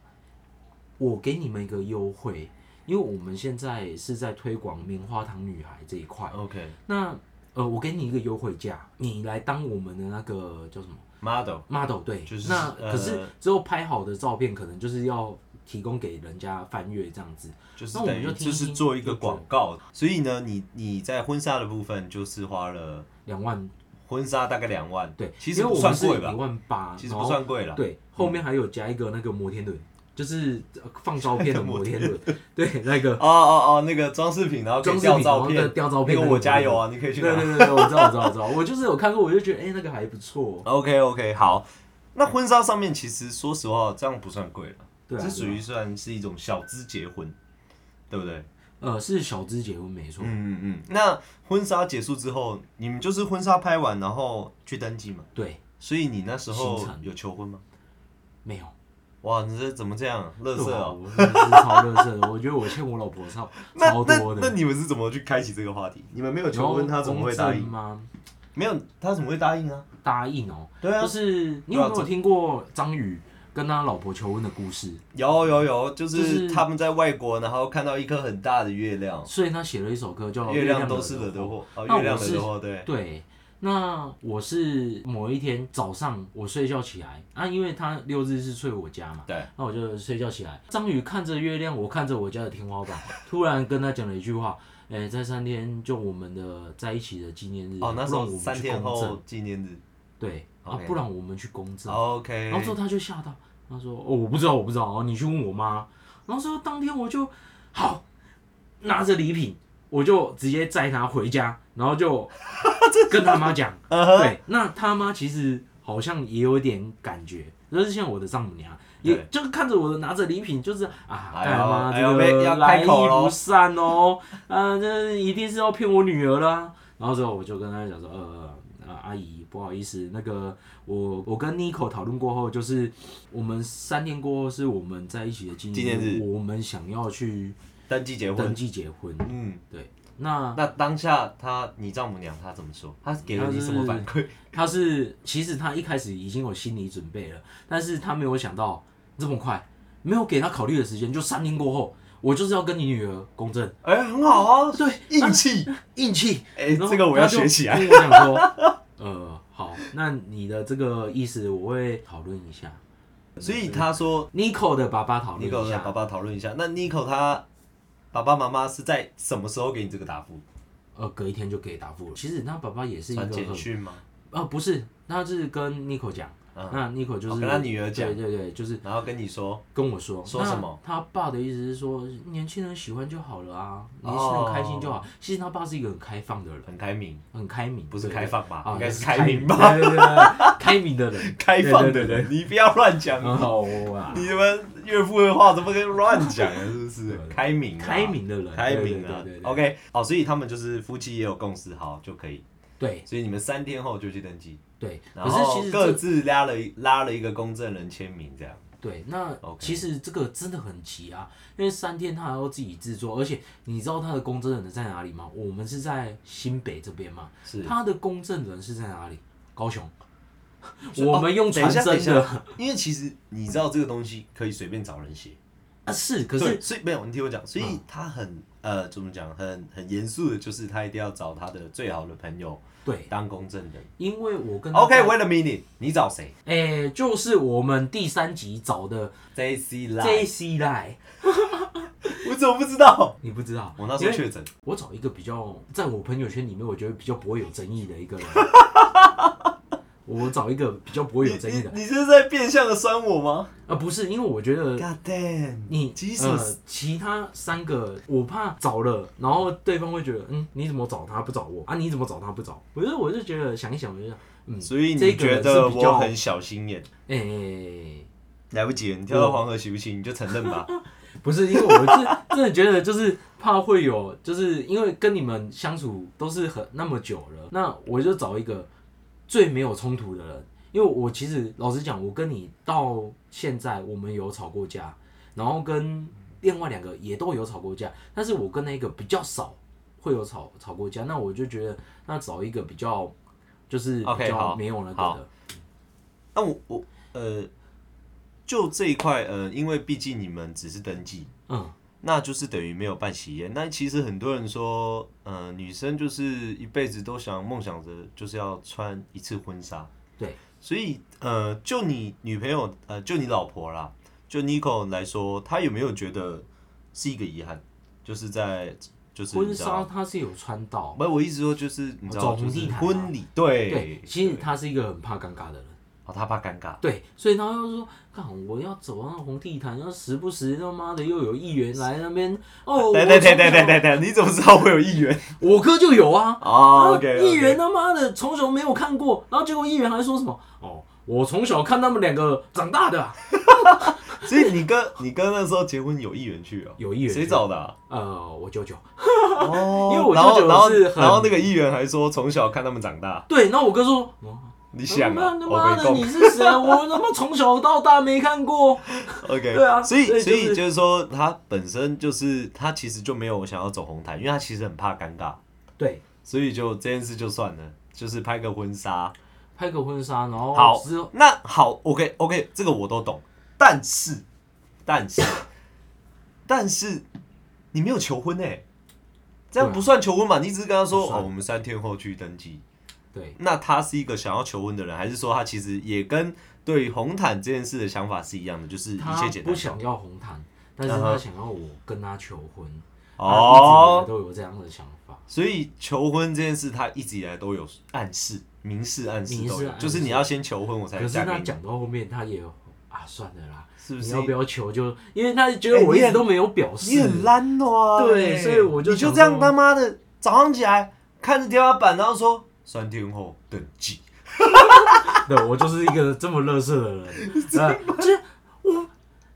Speaker 2: 我给你们一个优惠，因为我们现在是在推广棉花糖女孩这一块。
Speaker 1: OK
Speaker 2: 那呃，我给你一个优惠价，你来当我们的那个叫什么
Speaker 1: model，
Speaker 2: model 对，
Speaker 1: 就是
Speaker 2: 那
Speaker 1: 呃
Speaker 2: 可是之后拍好的照片，可能就是要提供给人家翻阅这样子。
Speaker 1: 就是
Speaker 2: 那我们
Speaker 1: 等于
Speaker 2: 就听
Speaker 1: 就
Speaker 2: 一
Speaker 1: 是
Speaker 2: 听
Speaker 1: 做一个
Speaker 2: 就觉
Speaker 1: 广告，所以呢，你你在婚纱的部分就是花了
Speaker 2: 两万
Speaker 1: 婚纱大概两万，
Speaker 2: 对，
Speaker 1: 其实
Speaker 2: 因为
Speaker 1: 不
Speaker 2: 我
Speaker 1: 算
Speaker 2: 们是
Speaker 1: 贵
Speaker 2: 一
Speaker 1: 吧，
Speaker 2: 万八，
Speaker 1: 其实
Speaker 2: 然
Speaker 1: 不
Speaker 2: 后
Speaker 1: 算贵了，啊嗯
Speaker 2: 对，后面还有加一个那个摩天轮，就是呃放照 片的摩天轮，对，那个
Speaker 1: 哦哦哦，那个装饰品，然后可以
Speaker 2: 装饰
Speaker 1: 吊
Speaker 2: 品
Speaker 1: 照
Speaker 2: 然
Speaker 1: 片
Speaker 2: 后，吊照片
Speaker 1: 那
Speaker 2: 那
Speaker 1: 个
Speaker 2: 个
Speaker 1: 我家有啊，你可以去
Speaker 2: 对
Speaker 1: 拿
Speaker 2: 对。对对，我知道我知道我知道，我就是有看过，我就觉得哎、那个还不错，
Speaker 1: OK OK，好。那婚纱上面其实说实话，这样不算贵了，
Speaker 2: 对啊，
Speaker 1: 这属
Speaker 2: 对啊
Speaker 1: 于算是一种小资结婚，对不对？
Speaker 2: 呃是小资结婚没错，
Speaker 1: 嗯嗯嗯。那婚纱结束之后，你们就是婚纱拍完，然后去登记嘛？
Speaker 2: 对，
Speaker 1: 所以你那时候
Speaker 2: 行程
Speaker 1: 有求婚吗？
Speaker 2: 没有。
Speaker 1: 哇，你这怎么这样？乐
Speaker 2: 对
Speaker 1: 色
Speaker 2: 啊，
Speaker 1: 哦。
Speaker 2: 我 真的是超乐色的，我觉得我欠我老婆超
Speaker 1: 那
Speaker 2: 超
Speaker 1: 那
Speaker 2: 多
Speaker 1: 那
Speaker 2: 的。啊
Speaker 1: 你们是怎么去开启这个话题？你们没有
Speaker 2: 然
Speaker 1: 求
Speaker 2: 后
Speaker 1: 婚，他怎么会答应？
Speaker 2: 吗？
Speaker 1: 没有，他怎么会答应啊？
Speaker 2: 答应哦、
Speaker 1: 对啊
Speaker 2: 就，是你有没有听过张宇跟他老婆求婚的故事？
Speaker 1: 有有有，就
Speaker 2: 就是
Speaker 1: 是他们在外国，然后看到一颗很大的月亮，
Speaker 2: 所以他写了一首歌叫《
Speaker 1: 哦月
Speaker 2: 亮
Speaker 1: 亮都是
Speaker 2: 哦
Speaker 1: 惹
Speaker 2: 惹的
Speaker 1: 的祸，哦，
Speaker 2: 那
Speaker 1: 月亮
Speaker 2: 我
Speaker 1: 惹
Speaker 2: 是
Speaker 1: 的祸，对。》。
Speaker 2: 对，那我是某一天早上我睡觉起来，啊，因为他六日是睡我家嘛，
Speaker 1: 对，
Speaker 2: 那我就睡觉起来。张宇看着月亮，我看着我家的天花板，突然跟他讲了一句话：“哎、在三天就我们的在一起的纪念日，
Speaker 1: 哦，那时
Speaker 2: 不然我
Speaker 1: 候
Speaker 2: 们
Speaker 1: 三
Speaker 2: 去
Speaker 1: 天
Speaker 2: 公证
Speaker 1: 后纪念日
Speaker 2: 对啊
Speaker 1: OK，哦
Speaker 2: 不然我们去公证。
Speaker 1: ，OK，
Speaker 2: 然后之后他就吓到，他说：“哦，我不知道，我不知道，哦，你去问我妈。”然后之后当天我就好，拿着礼品，我就直接载他回家，然 后就跟他妈讲。
Speaker 1: 嗯哦
Speaker 2: 对，那他妈其实好像也有点感觉，就是像我的丈母娘，啊也
Speaker 1: 对
Speaker 2: 就是看着我的拿着礼品，就是啊，
Speaker 1: 哎呦
Speaker 2: 干妈
Speaker 1: 哎
Speaker 2: 这
Speaker 1: 呦被
Speaker 2: 个
Speaker 1: 要开
Speaker 2: 来意
Speaker 1: 口咯
Speaker 2: 不善哦， 啊，这一定是要骗我女儿啦。然后之后我就跟他讲说，呃。呃，阿姨，不好意思，那个我我跟 Nico 讨论过后，就是我们三天过后是我们在一起的纪
Speaker 1: 纪念日
Speaker 2: 我们想要去
Speaker 1: 登记结
Speaker 2: 登
Speaker 1: 婚，
Speaker 2: 记结婚。
Speaker 1: 嗯，
Speaker 2: 对，那
Speaker 1: 那当下他你丈母娘她怎么说？她给了你什么反馈？
Speaker 2: 他是其实他一开始已经有心理准备了，但是他没有想到这么快，没有给他考虑的时间，就三天过后，我就是要跟你女儿 公证，
Speaker 1: 哎、很好啊，
Speaker 2: 对，啊
Speaker 1: 硬气，
Speaker 2: 硬气。
Speaker 1: 哎、这个我要学起来。
Speaker 2: 来。啊我想说，呃，好，那你的这个意思我会讨论一下
Speaker 1: 所以他说
Speaker 2: ，Nico 的爸爸讨论
Speaker 1: ，Nico
Speaker 2: 一
Speaker 1: 和
Speaker 2: 下
Speaker 1: 爸。爸讨论一下。那 Nico 他爸爸妈妈是在什么时候给你这个答复？
Speaker 2: 呃，隔一天就给答复了。其实他爸爸也是一个
Speaker 1: 传简
Speaker 2: 很，
Speaker 1: 讯吗？
Speaker 2: 呃，不是，他是跟 Nico 讲，
Speaker 1: 嗯
Speaker 2: 那 Nico 就
Speaker 1: 哦
Speaker 2: 是
Speaker 1: 跟他女儿讲
Speaker 2: 对对对，就是
Speaker 1: 然后跟你说，
Speaker 2: 跟我说
Speaker 1: 说什么？
Speaker 2: 那他爸的意思是说，年轻人喜欢就好了啊，
Speaker 1: 哦
Speaker 2: 年轻人开心就好。其实他爸是一个很开放的人，
Speaker 1: 很开明，
Speaker 2: 很开明，
Speaker 1: 不是
Speaker 2: 对
Speaker 1: 开放吧？
Speaker 2: 啊，
Speaker 1: 应该是
Speaker 2: 是
Speaker 1: 开明吧？
Speaker 2: 吧？对对对对，开明的人，
Speaker 1: 开放的
Speaker 2: 对对
Speaker 1: 人，你不要乱讲
Speaker 2: 对，很好啊，
Speaker 1: 你们岳父的话怎么可以乱讲啊？ 是不是
Speaker 2: 对？对
Speaker 1: 开明、啊，
Speaker 2: 开，明的人，
Speaker 1: 开
Speaker 2: 对
Speaker 1: 明
Speaker 2: 对
Speaker 1: 啊
Speaker 2: 对对对
Speaker 1: OK，好，所以他们就是夫妻也有共识，好就可以。
Speaker 2: 对
Speaker 1: 所以你们三天后就去登记，
Speaker 2: 对。
Speaker 1: 然
Speaker 2: 可是
Speaker 1: 后
Speaker 2: 其实
Speaker 1: 各
Speaker 2: 这
Speaker 1: 自拉了一拉了一个公证人签名，这样。
Speaker 2: 对，那
Speaker 1: OK
Speaker 2: 其实这个真的很急啊，因为三天他还要自己制作，而且你知道他的公证人在哪里吗？我们是在新北这边嘛，
Speaker 1: 是，
Speaker 2: 他的公证人是在哪里？高雄。
Speaker 1: 所以
Speaker 2: 我们用
Speaker 1: 哦等一
Speaker 2: 传
Speaker 1: 下
Speaker 2: 真的，
Speaker 1: 等一下因为其实你知道这个东西可以随便找人写，
Speaker 2: 啊，是，可是啊
Speaker 1: 对所以没有你听我讲，所以他很呃怎么讲，很很严肃的，就是他一定要找他的最好的朋友
Speaker 2: 对，
Speaker 1: 当公证人。
Speaker 2: 因为我跟他
Speaker 1: OK，wait、a minute，你找谁
Speaker 2: 哎、就是我们第三集找的
Speaker 1: ？JC
Speaker 2: J
Speaker 1: 来，
Speaker 2: C 赖，
Speaker 1: 我怎么不知道？
Speaker 2: 你不知道，
Speaker 1: 我那时候
Speaker 2: 因为
Speaker 1: 确诊，
Speaker 2: 我找一个比较在我朋友圈里面，我觉得比较不会有争议的一个人， 我找一个比较不会有争议的，
Speaker 1: 你这是在变相的酸我吗
Speaker 2: 啊，不是，因为我觉得
Speaker 1: ？God damn！
Speaker 2: 你呃
Speaker 1: Jesus，、
Speaker 2: 其他三个我怕找了，然后对方会觉得，嗯，你怎么找他不找我啊？你怎么找他不找？我就我就觉得想一想，我就想，嗯，
Speaker 1: 所以
Speaker 2: 这
Speaker 1: 你
Speaker 2: 个人
Speaker 1: 觉
Speaker 2: 是
Speaker 1: 得
Speaker 2: 比较
Speaker 1: 我很小心眼？
Speaker 2: 哎、
Speaker 1: 来不及了，你跳到黄河洗不清，你就承认吧。
Speaker 2: 不是，因为我是真的 觉得，就是怕会有，就是因为跟你们相处都是很那么久了，那我就找一个最没有冲突的人。因为我其实老实讲，我跟你到现在我们有吵过架，然后跟另外两个也都有吵过架，但是我跟那个比较少会有吵吵过架，那我就觉得那找一个比较就是比
Speaker 1: OK，
Speaker 2: 较
Speaker 1: 好
Speaker 2: 没有那个
Speaker 1: 好
Speaker 2: 的，
Speaker 1: 那啊我我呃，就这一块呃，因为毕竟你们只是登记，
Speaker 2: 嗯，
Speaker 1: 那就是等于没有办喜宴。那其实很多人说，呃，女生就是一辈子都想梦想着就是要穿一次婚纱，
Speaker 2: 对，
Speaker 1: 所以呃，就你女朋友呃，就你老婆啦，就 Nico 来说，她有没有觉得是一个遗憾？就是在就是
Speaker 2: 婚
Speaker 1: 你知道
Speaker 2: 纱它是有穿到，
Speaker 1: 没有，我意思说就是你知道，
Speaker 2: 走
Speaker 1: 就
Speaker 2: 红
Speaker 1: 是
Speaker 2: 地毯啊
Speaker 1: 婚礼，对
Speaker 2: 对，其实他是一个很怕尴尬的人。
Speaker 1: 哦，他怕尴尬，
Speaker 2: 对，所以他就说：“看，我要走那红地毯，要时不时他妈的又有议员来那边哦。”
Speaker 1: 对对对对对对对，你怎么知道会有议员？
Speaker 2: 对，我哥就有啊。
Speaker 1: 哦
Speaker 2: 啊
Speaker 1: ，OK，
Speaker 2: 议员他妈的从小没有看过，然后结果议员还说什么：“哦，我从小看他们两个长大的啊。
Speaker 1: 所以你哥，你哥那时候结婚有议员去哦，
Speaker 2: 有议员
Speaker 1: 谁
Speaker 2: 去
Speaker 1: 找的啊？”
Speaker 2: 呃，我舅舅。
Speaker 1: 哦
Speaker 2: 因为我
Speaker 1: 然后
Speaker 2: 舅舅
Speaker 1: 然后
Speaker 2: 是很
Speaker 1: 然后那个议员还说从小看他们长大，
Speaker 2: 对，然后我哥说：“哦
Speaker 1: 你想
Speaker 2: 他
Speaker 1: 啊，
Speaker 2: 妈他
Speaker 1: 我
Speaker 2: 妈
Speaker 1: 没
Speaker 2: 的
Speaker 1: 空
Speaker 2: 你是谁？啊我他妈从小到大没看过。
Speaker 1: OK，
Speaker 2: 对啊
Speaker 1: 所以
Speaker 2: 所以
Speaker 1: 所
Speaker 2: 就是
Speaker 1: 以就是说他本身就是他其实就没有想要走红毯，因为他其实很怕尴尬，”
Speaker 2: 对，
Speaker 1: 所以就这件事就算了，就是拍个婚纱。
Speaker 2: 拍个婚纱，然后
Speaker 1: 好
Speaker 2: 之后，
Speaker 1: 那好，OK OK，这个我都懂，但是但是但是你没有求婚哎、这样
Speaker 2: 对啊
Speaker 1: 不算求婚嘛？你只是跟他说
Speaker 2: 不算
Speaker 1: 哦，我们三天后去登记。
Speaker 2: 对
Speaker 1: 那他是一个想要求婚的人，还是说他其实也跟对红毯这件事的想法是一样的，就是一
Speaker 2: 他
Speaker 1: 切简单
Speaker 2: 不想要红毯，但是
Speaker 1: 嗯
Speaker 2: 他
Speaker 1: 哼
Speaker 2: 想要我跟他求婚。啊他一
Speaker 1: 哦
Speaker 2: 直以来。都有这样的想法。
Speaker 1: 所以求婚这件事，他一直以来都有暗示、明示、暗示
Speaker 2: 明示
Speaker 1: 都有，
Speaker 2: 暗示
Speaker 1: 就是你要先求婚，我才
Speaker 2: 可是
Speaker 1: 嫁
Speaker 2: 他
Speaker 1: 给你。
Speaker 2: 讲到后面，他也有啊，算了啦，
Speaker 1: 是不
Speaker 2: 你
Speaker 1: 是？哎
Speaker 2: 要不要求就，因为他觉得我一直都没有表示，
Speaker 1: 你很懒惰啊！
Speaker 2: 对
Speaker 1: 欸
Speaker 2: 所以我就
Speaker 1: 你就
Speaker 2: 想
Speaker 1: 这样
Speaker 2: 说
Speaker 1: 他妈的早上起来看着天花板，然后说三天后登记。
Speaker 2: 对我就是一个这么乐色的人， 呃，就是我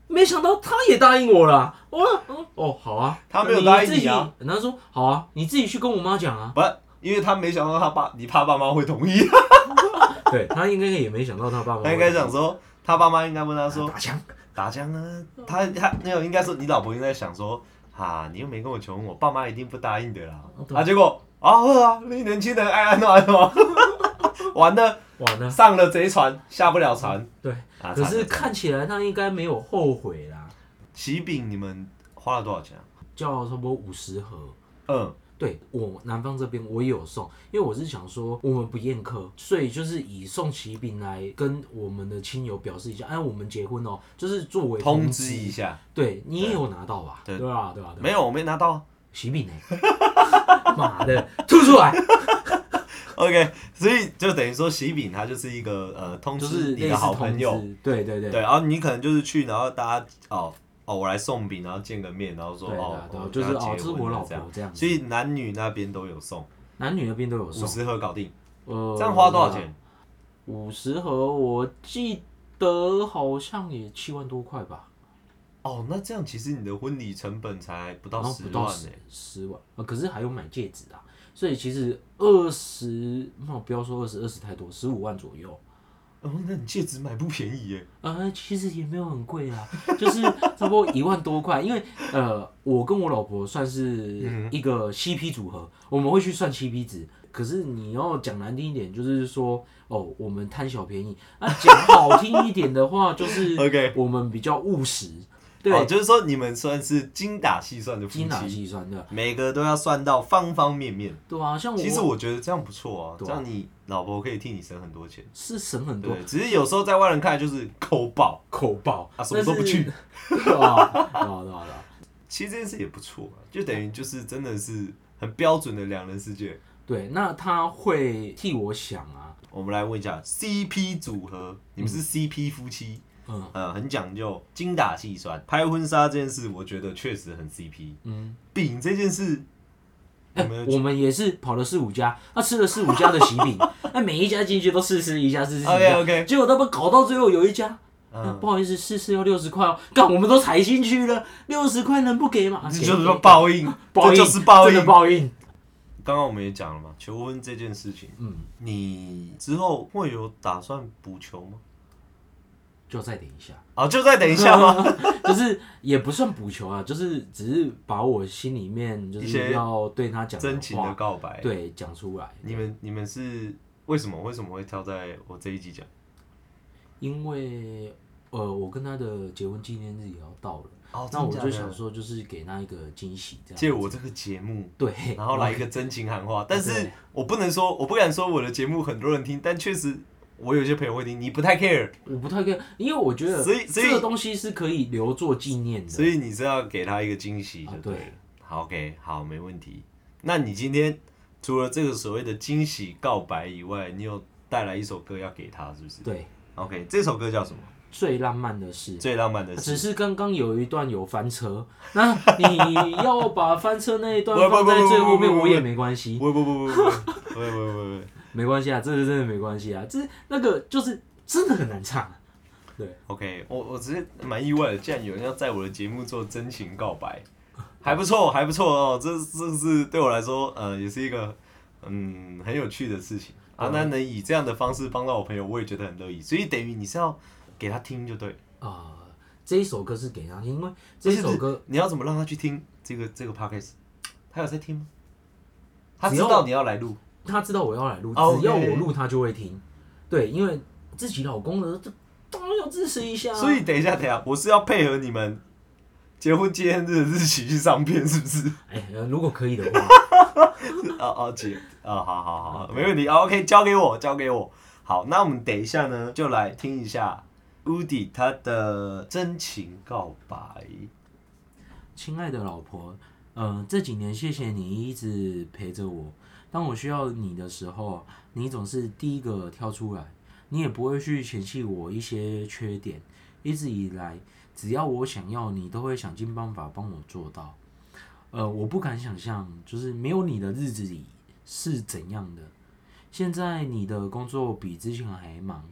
Speaker 2: 没想到他也答应我了，我嗯哦好啊，
Speaker 1: 他没有答应
Speaker 2: 你自己
Speaker 1: 你啊，
Speaker 2: 然后说好啊，你自己去跟我妈讲啊，
Speaker 1: 不，因为他没想到他爸，你怕爸妈会同
Speaker 2: 哦
Speaker 1: 意，
Speaker 2: 对他应该也没想到他爸爸，
Speaker 1: 他应该想说，他爸妈应该问他说
Speaker 2: 打枪，
Speaker 1: 打枪啊，他他没有，应该说你老婆应该想说，啊，你又没跟我求婚，我爸妈一定不答应的啦。
Speaker 2: 哦对
Speaker 1: 啊，结果啊会啊，你年轻人爱安诺安诺，哎 完了
Speaker 2: 完了，
Speaker 1: 上了贼船下不了船
Speaker 2: 对，
Speaker 1: 啊。惨
Speaker 2: 可是
Speaker 1: 了惨了
Speaker 2: 看起来他应该没有后悔啦，
Speaker 1: 喜饼你们花了多少钱啊？
Speaker 2: 叫差不多五十盒。
Speaker 1: 嗯，
Speaker 2: 对我南方这边我也有送，因为我是想说我们不宴客，所以就是以送喜饼来跟我们的亲友表示一下，哎，我们结婚哦，就是作为
Speaker 1: 通
Speaker 2: 知
Speaker 1: 知一。下。
Speaker 2: 对你也有拿到吧？
Speaker 1: 对
Speaker 2: 对吧？对吧？对吧
Speaker 1: 没有，我没拿到。啊
Speaker 2: 喜饼呢？ 妈的，吐出来！
Speaker 1: OK，所以就等于说喜饼它 就是一个呃通
Speaker 2: 就
Speaker 1: 知
Speaker 2: 是
Speaker 1: 你
Speaker 2: 类
Speaker 1: 的
Speaker 2: 似
Speaker 1: 好
Speaker 2: 通
Speaker 1: 朋
Speaker 2: 知
Speaker 1: 友，，
Speaker 2: 对对对
Speaker 1: 对，然后你可能就是去，然后大家哦哦我来送饼，然后见个面，然后说
Speaker 2: 对啊
Speaker 1: 哦
Speaker 2: 对啊
Speaker 1: 我
Speaker 2: 就是
Speaker 1: 跟他
Speaker 2: 哦
Speaker 1: 结
Speaker 2: 这是
Speaker 1: 婚
Speaker 2: 我
Speaker 1: 了
Speaker 2: 老
Speaker 1: 这样
Speaker 2: 婆这样子
Speaker 1: 所以男女那边都有送，
Speaker 2: 男女那边都有
Speaker 1: 五
Speaker 2: 送。
Speaker 1: 十盒搞定，
Speaker 2: 呃，
Speaker 1: 这样花多少钱？？
Speaker 2: 五十盒，我记得好像也七万多块吧，
Speaker 1: 哦，那这样其实你的婚礼成本才不到
Speaker 2: 然后
Speaker 1: 十
Speaker 2: 不
Speaker 1: 万欸
Speaker 2: 到
Speaker 1: 呢
Speaker 2: 十、十万、呃，可是还有买戒指啊，所以其实二十，那我不要说二十，二十太多，十五万左右。
Speaker 1: 哦，那你戒指买不便宜耶。
Speaker 2: 呃，其实也没有很贵啦， 就是差不多一万多块。因为呃，我跟我老婆算
Speaker 1: 嗯
Speaker 2: 是一个 CP 组合，我们会去算 CP 值。可是你要讲难听一点，就是说哦，我们贪小便宜；那、讲好听一点的话， 就
Speaker 1: OK
Speaker 2: 是我们比较务实，
Speaker 1: 哦，
Speaker 2: 对，
Speaker 1: 就是说你们算是精打细算的夫
Speaker 2: 精打
Speaker 1: 妻，
Speaker 2: 细算的，
Speaker 1: 每个都要算到方方面面。
Speaker 2: 对啊，像我
Speaker 1: 其实我觉得这样不错啊，这
Speaker 2: 对啊
Speaker 1: 样你老婆可以替你省很多钱。
Speaker 2: 是省很多
Speaker 1: 对，只是有时候在外人看来就是 抠爆
Speaker 2: 口爆
Speaker 1: 啊，什么都不去。，
Speaker 2: 但是 对啊，对啊，对啊，对啊
Speaker 1: 其实这件事也不错啊，就等于就是真的是很标准的两人世界。
Speaker 2: 对，那他会替我想啊，
Speaker 1: 我们来问一下 CP 组合，你们是 CP 夫妻，
Speaker 2: 嗯
Speaker 1: 呃，很讲究精打细算。拍婚纱这件事，我觉得确实很 CP。
Speaker 2: 嗯。
Speaker 1: 饼这件事，
Speaker 2: 哎
Speaker 1: 我们
Speaker 2: 我们也是跑了四五家，那、吃了四五家的喜 饼，那、每一家进去都试吃一下，试吃一下
Speaker 1: OK，OK
Speaker 2: 结果他们搞到最后有一家，
Speaker 1: 嗯
Speaker 2: 啊不好意思，试吃要六十块哦，干我们都踩进去了，六十块能不给吗？啊
Speaker 1: 这
Speaker 2: 给
Speaker 1: 就是
Speaker 2: 给
Speaker 1: 报应，
Speaker 2: 报
Speaker 1: 这
Speaker 2: 应，
Speaker 1: 就是报
Speaker 2: 真
Speaker 1: 应
Speaker 2: 的。报应。
Speaker 1: 刚刚我们也讲了嘛，求婚这件事情，
Speaker 2: 嗯，
Speaker 1: 你之后会有打算补球吗？
Speaker 2: 就再等一下，
Speaker 1: 啊，就再等一下 吗？
Speaker 2: 就是也不算补球啊，就是只是把我心里面就
Speaker 1: 一
Speaker 2: 是
Speaker 1: 些
Speaker 2: 要对他讲
Speaker 1: 真情的
Speaker 2: 话，
Speaker 1: 告白。，
Speaker 2: 对讲出来，
Speaker 1: 你们你们是为什么为什么会挑在我这一集讲？
Speaker 2: 因为呃，我跟他的结婚纪念日也要到了。
Speaker 1: 哦
Speaker 2: 那我就想说，就是给他一个惊喜，这样
Speaker 1: 借我这个节目，
Speaker 2: 对，
Speaker 1: 然后来一个真情喊话。但是
Speaker 2: 哎哦对
Speaker 1: 我不能说，我不敢说我的节目很多人听，但确实我有些朋友会听，你不太 care，
Speaker 2: 我不太跟，因为我觉得
Speaker 1: 所以所以
Speaker 2: 这个东西是可以留作纪念
Speaker 1: 所
Speaker 2: 的。
Speaker 1: 以你是要给他一个惊喜就
Speaker 2: 啊
Speaker 1: 对了。好，OK，好，没问题。那你今天除了这个所谓的惊喜告白以外，你有带来一首歌要给他，是不是
Speaker 2: 对，
Speaker 1: ？OK，这首歌叫什么？
Speaker 2: 最浪漫的事，
Speaker 1: 最浪漫的事
Speaker 2: 只。是刚刚有一段有翻车，那 你要把翻车那一
Speaker 1: 不
Speaker 2: 段
Speaker 1: 不
Speaker 2: 放在
Speaker 1: 不不
Speaker 2: 最后面，
Speaker 1: 不不
Speaker 2: 我也没关系，
Speaker 1: 不不不不不不不不不不。
Speaker 2: 没关系啊，这是真的没关系啊，这那个就是真的很难唱啊。
Speaker 1: OK，我我只是蛮意外的，竟然有人要在我的节目做真情告白，还不错，还不错哦。这这是对我来说，呃，也是一个嗯很有趣的事情啊。那能以这样的方式帮到我朋友，我也觉得很乐意。所以等于你是要给他听就对，
Speaker 2: 呃，这一首歌是给他听，因为这一首
Speaker 1: 就是
Speaker 2: 歌
Speaker 1: 你要怎么让他去听这个这个 podcast？他有在听吗？他知
Speaker 2: 只要
Speaker 1: 道你要来录，
Speaker 2: 他知道我要来录，
Speaker 1: 哦
Speaker 2: 只要
Speaker 1: OK
Speaker 2: 我录他就会听。对，因为自己老公的，这当然要支持一下啊。
Speaker 1: 所以等一下，等一下，我是要配合你们结婚纪念日的日期去上片，是不是？
Speaker 2: 哎、呃如果可以的话，
Speaker 1: 哦哦，姐，哦，好好好，没问题。哦 OK，交给我，交给我。好，那我们等一下呢，就来听一下 Woody 他的真情告白。
Speaker 2: 亲爱的老婆，呃，这几年谢谢你一直陪着我。当我需要你的时候，你总是第一个跳出来，你也不会去嫌弃我一些缺点，一直以来，只要我想要，你都会想尽办法帮我做到。呃，我不敢想象，就是没有你的日子里是怎样的。现在你的工作比之前还忙，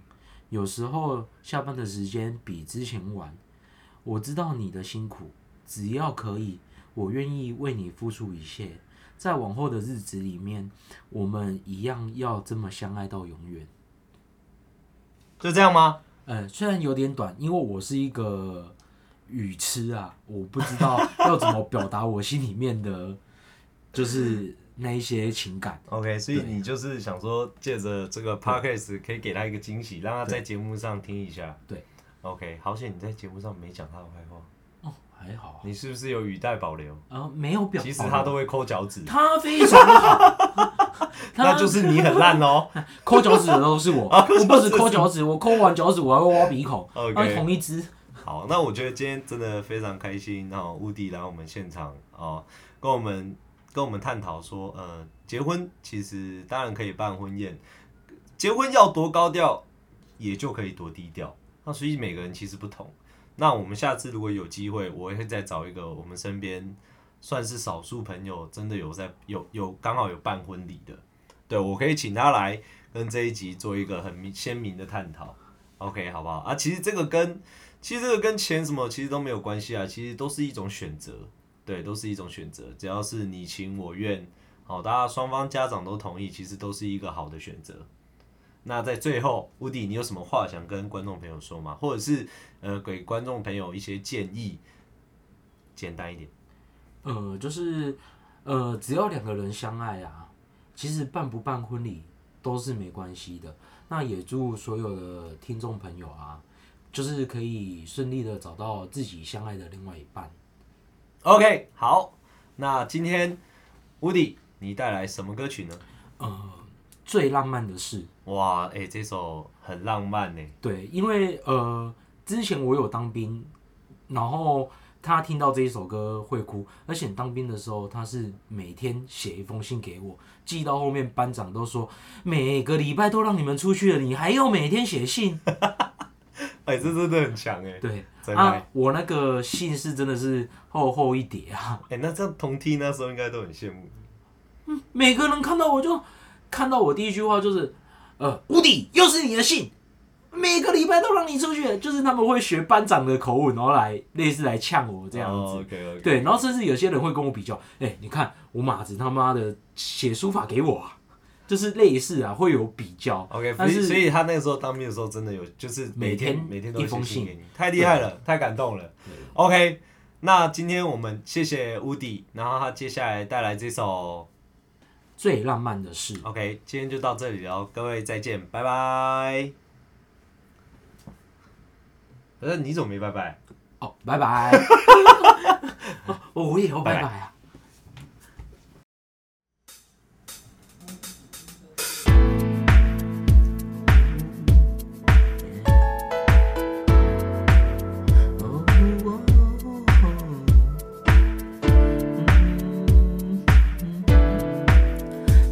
Speaker 2: 有时候下班的时间比之前晚。我知道你的辛苦，只要可以，我愿意为你付出一切。在往后的日子里面，我们一样要这么相爱到永远。
Speaker 1: 就这样吗？
Speaker 2: 呃，虽然有点短，因为我是一个语痴啊，我不知 道要怎么表达我心里面的，就是那一些情感。
Speaker 1: OK，所以你就是想说，借着这个 podcast 可以给他一个惊喜，让他在节目上听一下。
Speaker 2: 对
Speaker 1: ，OK，好险你在节目上没讲他的坏话，
Speaker 2: 哦，还好
Speaker 1: 你是不是有语带保留？
Speaker 2: 啊，呃，没有表达。
Speaker 1: 其实他都会抠脚趾，
Speaker 2: 他非常好，
Speaker 1: 那就是你很烂哦。
Speaker 2: 抠脚趾的都 是我，我不哦止抠脚趾，我抠完脚趾我还会挖鼻 孔，
Speaker 1: OK
Speaker 2: 还会同一只。
Speaker 1: 好，那我觉得今天真的非常开心，然后乌迪来我们现场哦，跟我们跟我们探讨说，呃，结婚其实当然可以办婚宴，结婚要多高调，也就可以多低调。那所以每个人其实不同。那我们下次如果有机会，我会再找一个我们身边算是少数朋友真的有在有有刚好有办婚礼的，对我可以请他来跟这一集做一个很明鲜明的探讨。OK，好不好啊？其实这个跟其实这个跟钱什么其实都没有关系啊，其实都是一种选择，对，都是一种选择。只要是你情我愿，好，大家双方家长都同意，其实都是一个好的选择。那在最后，乌迪，你有什么话想跟观众朋友说吗？或者是呃，给观众朋友一些建议，简单一点。
Speaker 2: 呃，就是呃，只要两个人相爱啊，其实办不办婚礼都是没关系的。那也祝所有的听众朋友啊，就是可以顺利的找到自己相爱的另外一半。
Speaker 1: OK，好，那今天乌迪你带来什么歌曲呢？
Speaker 2: 呃，最浪漫的事，
Speaker 1: 哇，哎、这首很浪漫呢、
Speaker 2: 对，因为呃，之前我有当兵，然后他听到这一首歌会哭，而且当兵的时候他是每天写一封信给我，寄到后面班长都说每个礼拜都让你们出去了，你还要每天写信？
Speaker 1: 哎、这真的很强哎、
Speaker 2: 对
Speaker 1: 真爱
Speaker 2: 啊，我那个信是真的是厚厚一叠啊，
Speaker 1: 哎、那这样同梯那时候应该都很羡慕。
Speaker 2: 每个人看到我就看到我第一句话就是，呃，无敌，又是你的信，每个礼拜都让你出去，就是他们会学班长的口吻，然后来类似来呛我这样子。
Speaker 1: OK OK。
Speaker 2: 对，然后甚至有些人会跟我比较，哎、你看我马子他妈的写书法给我、啊，就是类似啊，会有比较。
Speaker 1: OK，所
Speaker 2: 但
Speaker 1: 以所
Speaker 2: 是
Speaker 1: 以他那个时候当兵的时候，真的有就是每天每
Speaker 2: 每天
Speaker 1: 天都会
Speaker 2: 一封
Speaker 1: 写信
Speaker 2: 信
Speaker 1: 给你，太厉害了，太感动了。OK，那今天我们谢谢 Woody，然后他接下来带来这首
Speaker 2: 最浪漫的事。
Speaker 1: OK，今天就到这里了，各位再见，拜拜。呃，你怎么没拜拜？
Speaker 2: 哦，拜拜。 哦，我也要拜拜啊。哦哦哦嗯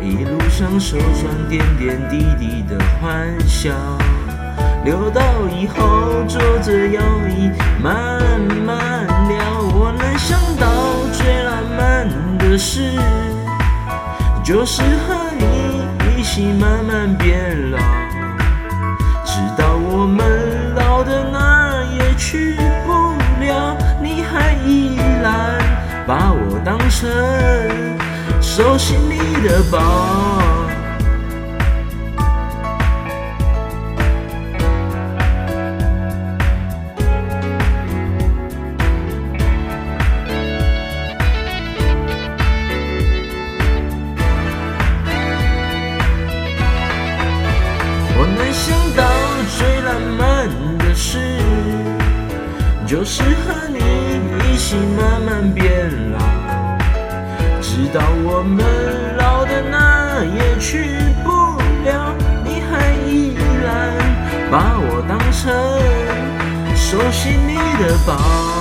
Speaker 3: 一路上收藏点点滴滴的欢笑，留到以后坐着摇椅慢慢聊。我能想到最浪漫的事，就是和你一起慢慢变老，直到我们老的哪儿也去不了，你还依然把我当成是手心里的宝。我能想到最浪漫的事，就是和你一起慢慢变老，直到我们老的哪也去不了，你还依然把我当成手心里的宝。